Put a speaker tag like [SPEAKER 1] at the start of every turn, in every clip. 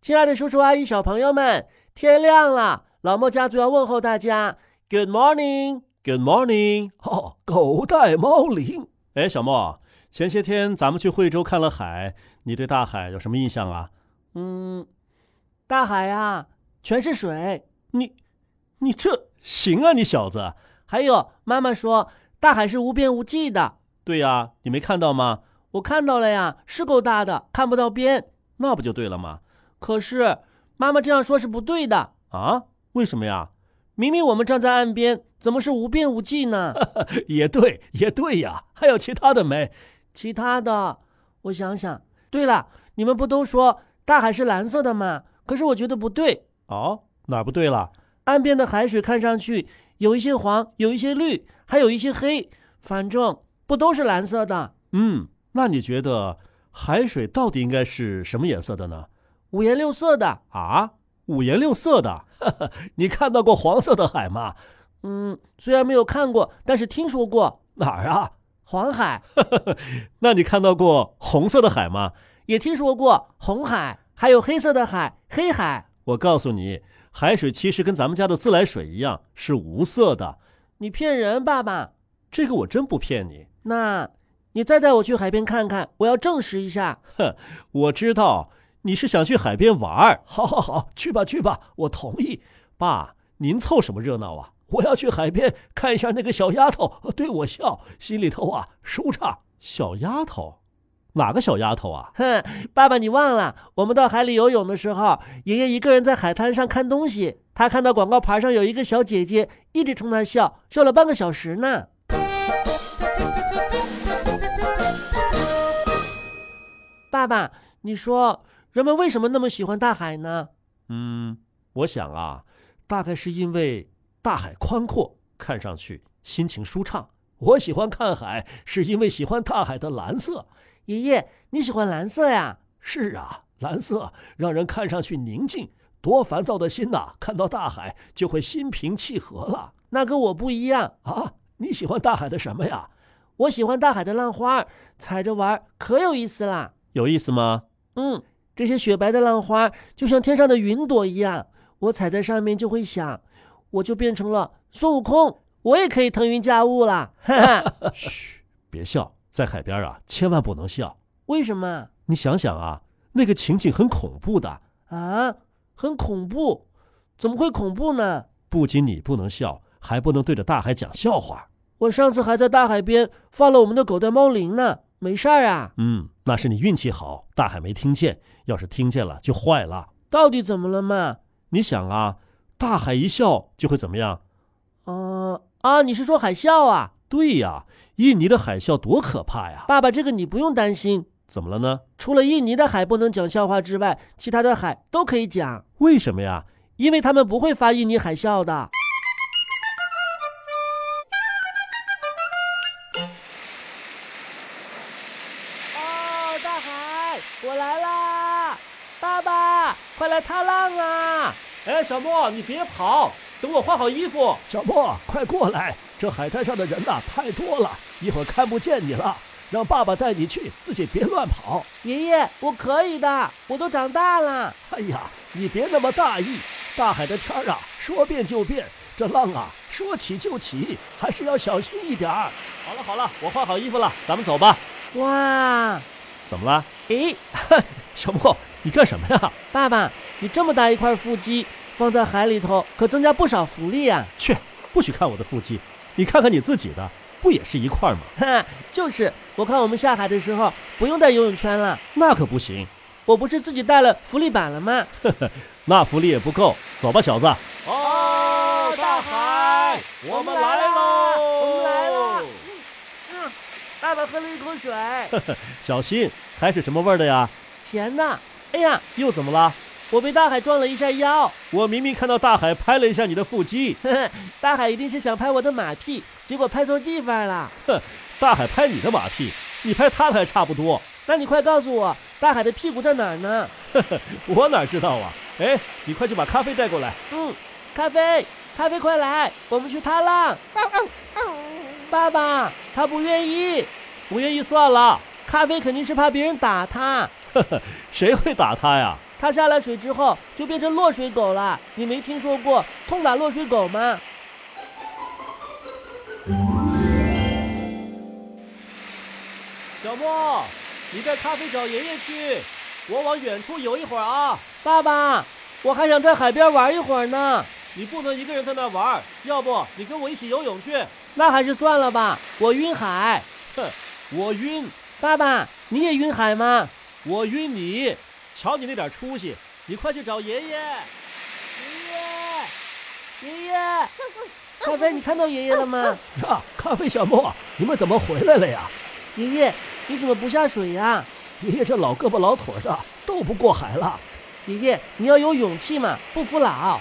[SPEAKER 1] 亲爱的叔叔阿姨、小朋友们，天亮了，老莫家族要问候大家。Good morning，Good morning。
[SPEAKER 2] 哦，狗带猫铃。
[SPEAKER 1] 哎，小莫，前些天咱们去惠州看了海，你对大海有什么印象啊？
[SPEAKER 3] 嗯，大海啊，全是水。
[SPEAKER 1] 你，你这行啊，你小子！
[SPEAKER 3] 还有，妈妈说大海是无边无际的。
[SPEAKER 1] 对呀、啊，你没看到吗？
[SPEAKER 3] 我看到了呀，是够大的，看不到边，
[SPEAKER 1] 那不就对了吗？
[SPEAKER 3] 可是妈妈这样说是不对的
[SPEAKER 1] 啊？为什么呀？
[SPEAKER 3] 明明我们站在岸边，怎么是无边无 际呢？
[SPEAKER 2] 也对，也对呀。还有其他的没？
[SPEAKER 3] 其他的，我想想。对了，你们不都说大海是蓝色的吗？可是我觉得不对。
[SPEAKER 1] 哦，哪不对了？
[SPEAKER 3] 岸边的海水看上去有一些黄，有一些绿，还有一些黑，反正不都是蓝色的。
[SPEAKER 1] 嗯，那你觉得海水到底应该是什么颜色的呢？
[SPEAKER 3] 五颜六色的
[SPEAKER 1] 啊。五颜六色的
[SPEAKER 2] 呵呵，你看到过黄色的海吗？
[SPEAKER 3] 嗯，虽然没有看过，但是听说过。
[SPEAKER 2] 哪儿啊？
[SPEAKER 3] 黄海
[SPEAKER 1] 呵。 那你看到过红色的海吗？
[SPEAKER 3] 也听说过红海，还有黑色的海，黑海。
[SPEAKER 1] 我告诉你，海水其实跟咱们家的自来水一样，是无色的。
[SPEAKER 3] 你骗人，爸爸。
[SPEAKER 1] 这个我真不骗你。
[SPEAKER 3] 那，你再带我去海边看看，我要证实一下。
[SPEAKER 1] 哼，我知道。你是想去海边玩 儿？
[SPEAKER 2] 好，好，好，去吧，去吧，我同意。爸，您凑什么热闹啊？我要去海边看一下那个小丫 头对我笑，心里头啊舒畅。
[SPEAKER 1] 小丫头，哪个小丫头啊？
[SPEAKER 3] 哼， 爸爸，你忘了，我们到海里游泳的时候，爷爷一个人在海滩上看东西，他看到广告牌上有一个小姐姐一直冲他笑，笑了半个小时呢。爸爸，你说。人们为什么那么喜欢大海呢？
[SPEAKER 1] 嗯，我想啊，大概是因为大海宽阔，看上去心情舒畅。
[SPEAKER 2] 我喜欢看海，是因为喜欢大海的蓝色。
[SPEAKER 3] 爷爷，你喜欢蓝色呀？
[SPEAKER 2] 是啊，蓝色让人看上去宁静，多烦躁的心呐、啊，看到大海就会心平气和了。
[SPEAKER 3] 那跟我不一样
[SPEAKER 2] 啊！你喜欢大海的什么呀？
[SPEAKER 3] 我喜欢大海的浪花，踩着玩可有意思啦！
[SPEAKER 1] 有意思吗？
[SPEAKER 3] 嗯。这些雪白的浪花就像天上的云朵一样，我踩在上面就会想，我就变成了孙悟空，我也可以腾云驾雾啦！哈
[SPEAKER 1] 哈， 嘘，别笑，在海边啊，千万不能笑。
[SPEAKER 3] 为什么？
[SPEAKER 1] 你想想啊，那个情景很恐怖的
[SPEAKER 3] 啊，很恐怖，怎么会恐怖呢？
[SPEAKER 1] 不仅你不能笑，还不能对着大海讲笑话。
[SPEAKER 3] 我上次还在大海边放了我们的狗带猫铃呢。没事儿啊，
[SPEAKER 1] 嗯，那是你运气好，大海没听见。要是听见了，就坏了。
[SPEAKER 3] 到底怎么了嘛？
[SPEAKER 1] 你想啊，大海一笑就会怎么样？
[SPEAKER 3] 嗯、呃、啊，你是说海啸啊？
[SPEAKER 1] 对呀、啊，印尼的海啸多可怕呀！
[SPEAKER 3] 爸爸，这个你不用担心。
[SPEAKER 1] 怎么了呢？
[SPEAKER 3] 除了印尼的海不能讲笑话之外，其他的海都可以讲。
[SPEAKER 1] 为什么呀？
[SPEAKER 3] 因为他们不会发印尼海啸的。哦我来啦，爸爸，快来踏浪啊！
[SPEAKER 1] 哎，小莫，你别跑，等我换好衣服。
[SPEAKER 2] 小莫，快过来，这海滩上的人呐、啊、太多了，一会儿看不见你了。让爸爸带你去，自己别乱跑。
[SPEAKER 3] 爷爷，我可以的，我都长大了。
[SPEAKER 2] 哎呀，你别那么大意，大海的天儿啊，说变就变，这浪啊，说起就起，还是要小心一点儿。
[SPEAKER 1] 好了好了，我换好衣服了，咱们走吧。
[SPEAKER 3] 哇！
[SPEAKER 1] 怎么了？
[SPEAKER 3] 诶，
[SPEAKER 2] 小莫，你干什么呀？
[SPEAKER 3] 爸爸，你这么大一块腹肌放在海里头，可增加不少浮力啊！
[SPEAKER 1] 去，不许看我的腹肌，你看看你自己的，不也是一块吗？
[SPEAKER 3] 哈，就是。我看我们下海的时候不用带游泳圈了。
[SPEAKER 1] 那可不行，
[SPEAKER 3] 我不是自己带了浮力板了吗？
[SPEAKER 1] 呵呵， 那浮力也不够。走吧，小子。
[SPEAKER 4] 哦，大海，我们来喽！
[SPEAKER 3] 我们来了。嗯，爸爸喝了一口水。
[SPEAKER 1] 呵呵， 小心。海水什么味儿的呀？
[SPEAKER 3] 咸的。哎呀，
[SPEAKER 1] 又怎么了？
[SPEAKER 3] 我被大海撞了一下腰。
[SPEAKER 1] 我明明看到大海拍了一下你的腹肌。
[SPEAKER 3] 呵呵 大海一定是想拍我的马屁，结果拍错地方了。
[SPEAKER 1] 哼，大海拍你的马屁，你拍他的还差不多。
[SPEAKER 3] 那你快告诉我，大海的屁股在哪儿呢？
[SPEAKER 1] 呵呵， 我哪知道啊？哎，你快去把咖啡带过来。
[SPEAKER 3] 嗯，咖啡，咖啡快来，我们去踏浪。爸爸，他不愿意，
[SPEAKER 1] 不愿意算了。
[SPEAKER 3] 咖啡肯定是怕别人打他，
[SPEAKER 1] 谁会打他呀？
[SPEAKER 3] 它下了水之后就变成落水狗了。你没听说过痛打落水狗吗？
[SPEAKER 5] 小莫，你在咖啡找爷爷去，我往远处游一会儿啊。
[SPEAKER 3] 爸爸，我还想在海边玩一会儿呢。
[SPEAKER 5] 你不能一个人在那玩，要不你跟我一起游泳去？
[SPEAKER 3] 那还是算了吧，我晕海。
[SPEAKER 5] 哼，我晕。
[SPEAKER 3] 爸爸，你也晕海吗？
[SPEAKER 5] 我晕你。瞧你那点出息，你快去找爷爷。
[SPEAKER 3] 爷爷，爷爷，咖啡，你看到爷爷了吗？
[SPEAKER 5] 呀，啊咖啡小莫，你们怎么回来了呀？
[SPEAKER 3] 爷爷，你怎么不下水呀、啊？
[SPEAKER 5] 爷爷这老胳膊老腿的，斗不过海了。
[SPEAKER 3] 爷爷，你要有勇气嘛，不服老。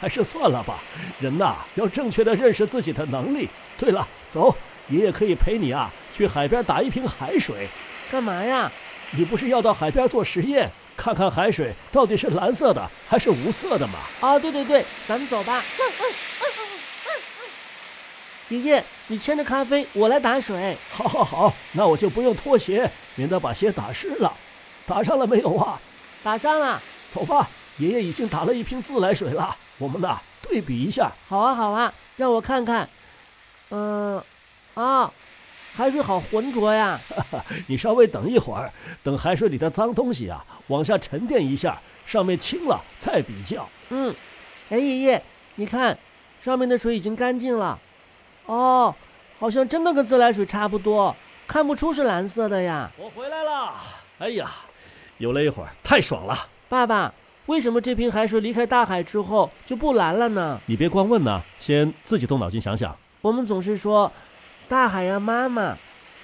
[SPEAKER 5] 还是算了吧，人呐、啊，要正确的认识自己的能力。对了，走，爷爷可以陪你啊，去海边打一瓶海水。
[SPEAKER 3] 干嘛呀？
[SPEAKER 5] 你不是要到海边做实验，看看海水到底是蓝色的还是无色的吗？
[SPEAKER 3] 啊，对对对，咱们走吧。爷爷，你牵着咖啡，我来打水。
[SPEAKER 5] 好，好，好，那我就不用脱鞋，免得把鞋打湿了。打上了没有啊？
[SPEAKER 3] 打上了。
[SPEAKER 5] 走吧。爷爷已经打了一瓶自来水了，我们呐对比一下。
[SPEAKER 3] 好啊，好啊，让我看看。嗯、呃，啊，海水好浑浊呀！
[SPEAKER 5] 你稍微等一会儿，等海水里的脏东西啊往下沉淀一下，上面清了再比较。
[SPEAKER 3] 嗯，哎，爷爷，你看，上面的水已经干净了。哦，好像真的跟自来水差不多，看不出是蓝色的呀。
[SPEAKER 5] 我回来了。哎呀，游了一会儿，太爽了。
[SPEAKER 3] 爸爸。为什么这瓶海水离开大海之后就不蓝了呢？
[SPEAKER 5] 你别光问呐，先自己动脑筋想想。
[SPEAKER 3] 我们总是说，大海呀、啊，妈妈，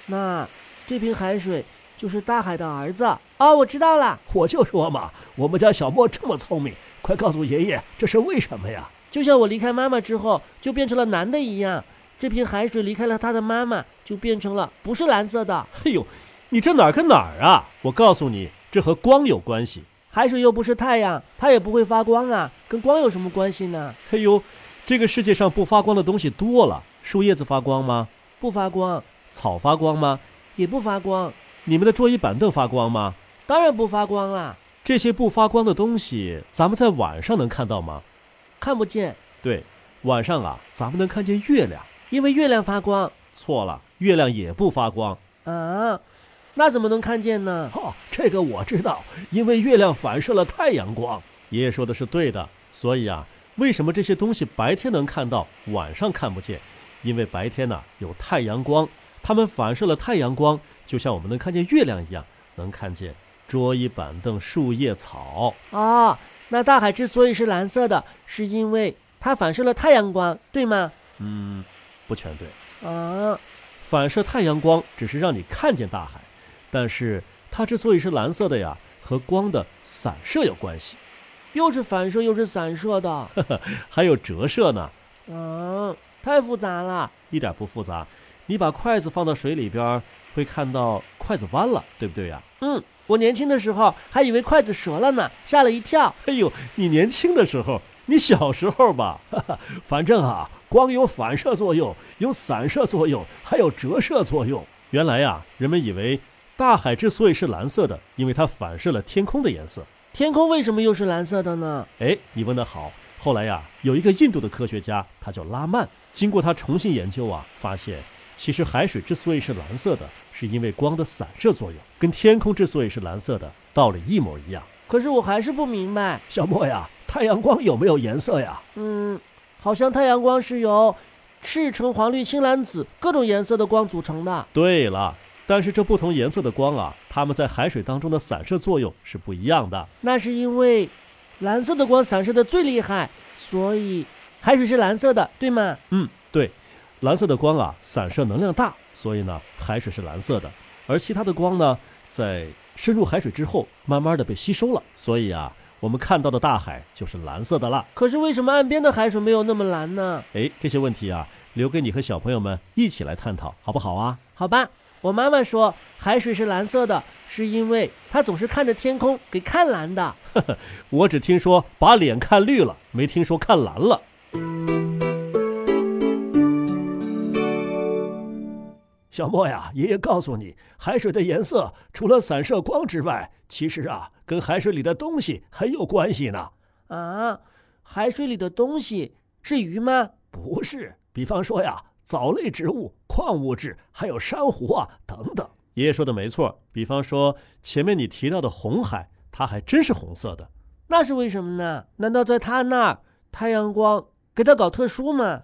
[SPEAKER 3] 那这瓶海水就是大海的儿子哦。我知道了，
[SPEAKER 5] 我就说嘛，我们家小莫这么聪明，快告诉爷爷这是为什么呀？
[SPEAKER 3] 就像我离开妈妈之后就变成了男的一样，这瓶海水离开了他的妈妈，就变成了不是蓝色的。
[SPEAKER 5] 哎呦，你这哪儿跟哪儿啊？我告诉你，这和光有关系。
[SPEAKER 3] 海水又不是太阳，它也不会发光啊，跟光有什么关系呢？
[SPEAKER 5] 哎呦，这个世界上不发光的东西多了，树叶子发光吗？
[SPEAKER 3] 不发光。
[SPEAKER 5] 草发光吗？
[SPEAKER 3] 也不发光。
[SPEAKER 5] 你们的桌椅板凳发光吗？
[SPEAKER 3] 当然不发光啦。
[SPEAKER 5] 这些不发光的东西，咱们在晚上能看到吗？
[SPEAKER 3] 看不见。
[SPEAKER 5] 对，晚上啊，咱们能看见月亮，
[SPEAKER 3] 因为月亮发光。
[SPEAKER 5] 错了，月亮也不发光
[SPEAKER 3] 啊。那怎么能看见呢？
[SPEAKER 5] 哦，这个我知道，因为月亮反射了太阳光。爷爷说的是对的，所以啊，为什么这些东西白天能看到，晚上看不见？因为白天呢、啊、有太阳光，它们反射了太阳光，就像我们能看见月亮一样，能看见桌椅板凳、树叶草。
[SPEAKER 3] 啊、哦，那大海之所以是蓝色的，是因为它反射了太阳光，对吗？
[SPEAKER 5] 嗯，不全对。
[SPEAKER 3] 啊，
[SPEAKER 5] 反射太阳光只是让你看见大海。但是它之所以是蓝色的呀，和光的散射有关系，
[SPEAKER 3] 又是反射又是散射的，
[SPEAKER 5] 还有折射呢。
[SPEAKER 3] 嗯，太复杂了，
[SPEAKER 5] 一点不复杂。你把筷子放到水里边，会看到筷子弯了，对不对呀？
[SPEAKER 3] 嗯，我年轻的时候还以为筷子折了呢，吓了一跳。
[SPEAKER 5] 哎呦，你年轻的时候，你小时候吧， 反正啊，光有反射作用，有散射作用，还有折射作用。原来呀、啊，人们以为。大海之所以是蓝色的，因为它反射了天空的颜色。
[SPEAKER 3] 天空为什么又是蓝色的呢？
[SPEAKER 5] 哎，你问得好。后来呀，有一个印度的科学家，他叫拉曼，经过他重新研究啊，发现其实海水之所以是蓝色的，是因为光的散射作用，跟天空之所以是蓝色的道理一模一样。
[SPEAKER 3] 可是我还是不明白，
[SPEAKER 5] 小莫呀，太阳光有没有颜色呀？
[SPEAKER 3] 嗯，好像太阳光是由赤橙黄绿青蓝紫各种颜色的光组成的。
[SPEAKER 5] 对了。但是这不同颜色的光啊，它们在海水当中的散射作用是不一样的。
[SPEAKER 3] 那是因为蓝色的光散射的最厉害，所以海水是蓝色的，对吗？
[SPEAKER 5] 嗯，对，蓝色的光啊，散射能量大，所以呢，海水是蓝色的。而其他的光呢，在深入海水之后，慢慢的被吸收了，所以啊，我们看到的大海就是蓝色的啦。
[SPEAKER 3] 可是为什么岸边的海水没有那么蓝呢？
[SPEAKER 5] 哎，这些问题啊，留给你和小朋友们一起来探讨，好不好啊？
[SPEAKER 3] 好吧。我妈妈说，海水是蓝色的，是因为她总是看着天空给看蓝的。
[SPEAKER 5] 呵呵，我只听说把脸看绿了，没听说看蓝了。小莫呀，爷爷告诉你，海水的颜色除了散射光之外，其实啊，跟海水里的东西很有关系呢。
[SPEAKER 3] 啊，海水里的东西是鱼吗？
[SPEAKER 5] 不是，比方说呀，藻类植物、矿物质，还有珊瑚啊等等。爷爷说的没错，比方说前面你提到的红海，它还真是红色的。
[SPEAKER 3] 那是为什么呢？难道在它那儿太阳光给它搞特殊吗？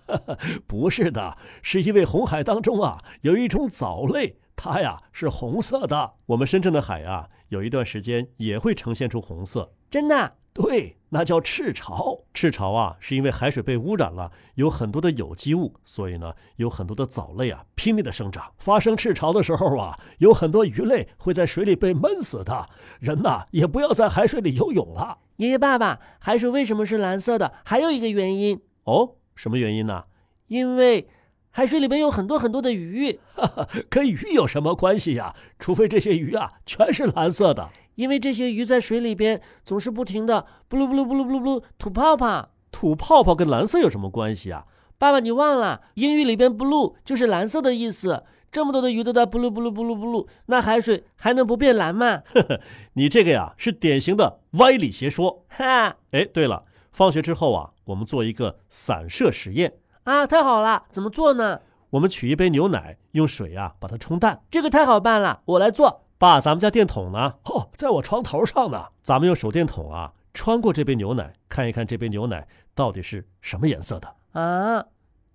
[SPEAKER 5] 不是的，是因为红海当中啊有一种藻类，它呀是红色的。我们深圳的海啊，有一段时间也会呈现出红色。
[SPEAKER 3] 真的？啊
[SPEAKER 5] 对，那叫赤潮。赤潮啊，是因为海水被污染了，有很多的有机物，所以呢，有很多的藻类啊拼命的生长。发生赤潮的时候啊，有很多鱼类会在水里被闷死的。人呐、也不要在海水里游泳了。
[SPEAKER 3] 爷爷爸爸，海水为什么是蓝色的？还有一个原因，
[SPEAKER 5] 哦，什么原因呢？
[SPEAKER 3] 因为海水里面有很多很多的鱼，
[SPEAKER 5] 跟鱼有什么关系呀、除非这些鱼啊全是蓝色的。
[SPEAKER 3] 因为这些鱼在水里边总是不停的布噜布噜布噜布噜布噜吐泡泡。
[SPEAKER 5] 土泡泡跟蓝色有什么关系啊？
[SPEAKER 3] 爸爸，你忘了英语里边 blue 就是蓝色的意思。这么多的鱼都在 blue blue blue blue，那海水还能不变蓝吗？
[SPEAKER 5] 你这个呀是典型的歪理邪说。
[SPEAKER 3] 哈
[SPEAKER 5] 哎，对了，放学之后啊，我们做一个散射实验。
[SPEAKER 3] 啊，太好了，怎么做呢？
[SPEAKER 5] 我们取一杯牛奶，用水啊把它冲淡。
[SPEAKER 3] 这个太好办了，我来做。
[SPEAKER 5] 爸，咱们家电筒呢？哦，在我床头上
[SPEAKER 3] 啊
[SPEAKER 5] 呢。咱们用手电筒啊，穿过这杯牛奶，看一看这杯牛奶到底是什么颜色的。
[SPEAKER 3] 啊，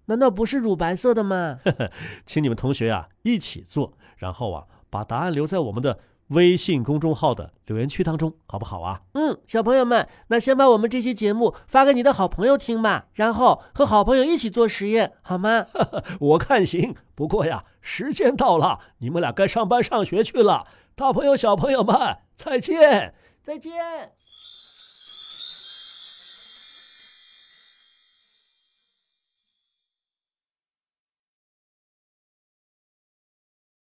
[SPEAKER 3] 难道不是乳白色的吗？
[SPEAKER 5] 请你们同学啊一起做，然后啊把答案留在我们的微信公众号的留言区当中，好不好啊？
[SPEAKER 3] 嗯，小朋友们，那先把我们这期节目发给你的好朋友听吧，然后和好朋友一起做实验，好吗？
[SPEAKER 5] 我看行，不过呀，时间到了，你们俩该上班上学去了。大朋友、小朋友们，再见。
[SPEAKER 3] 再见。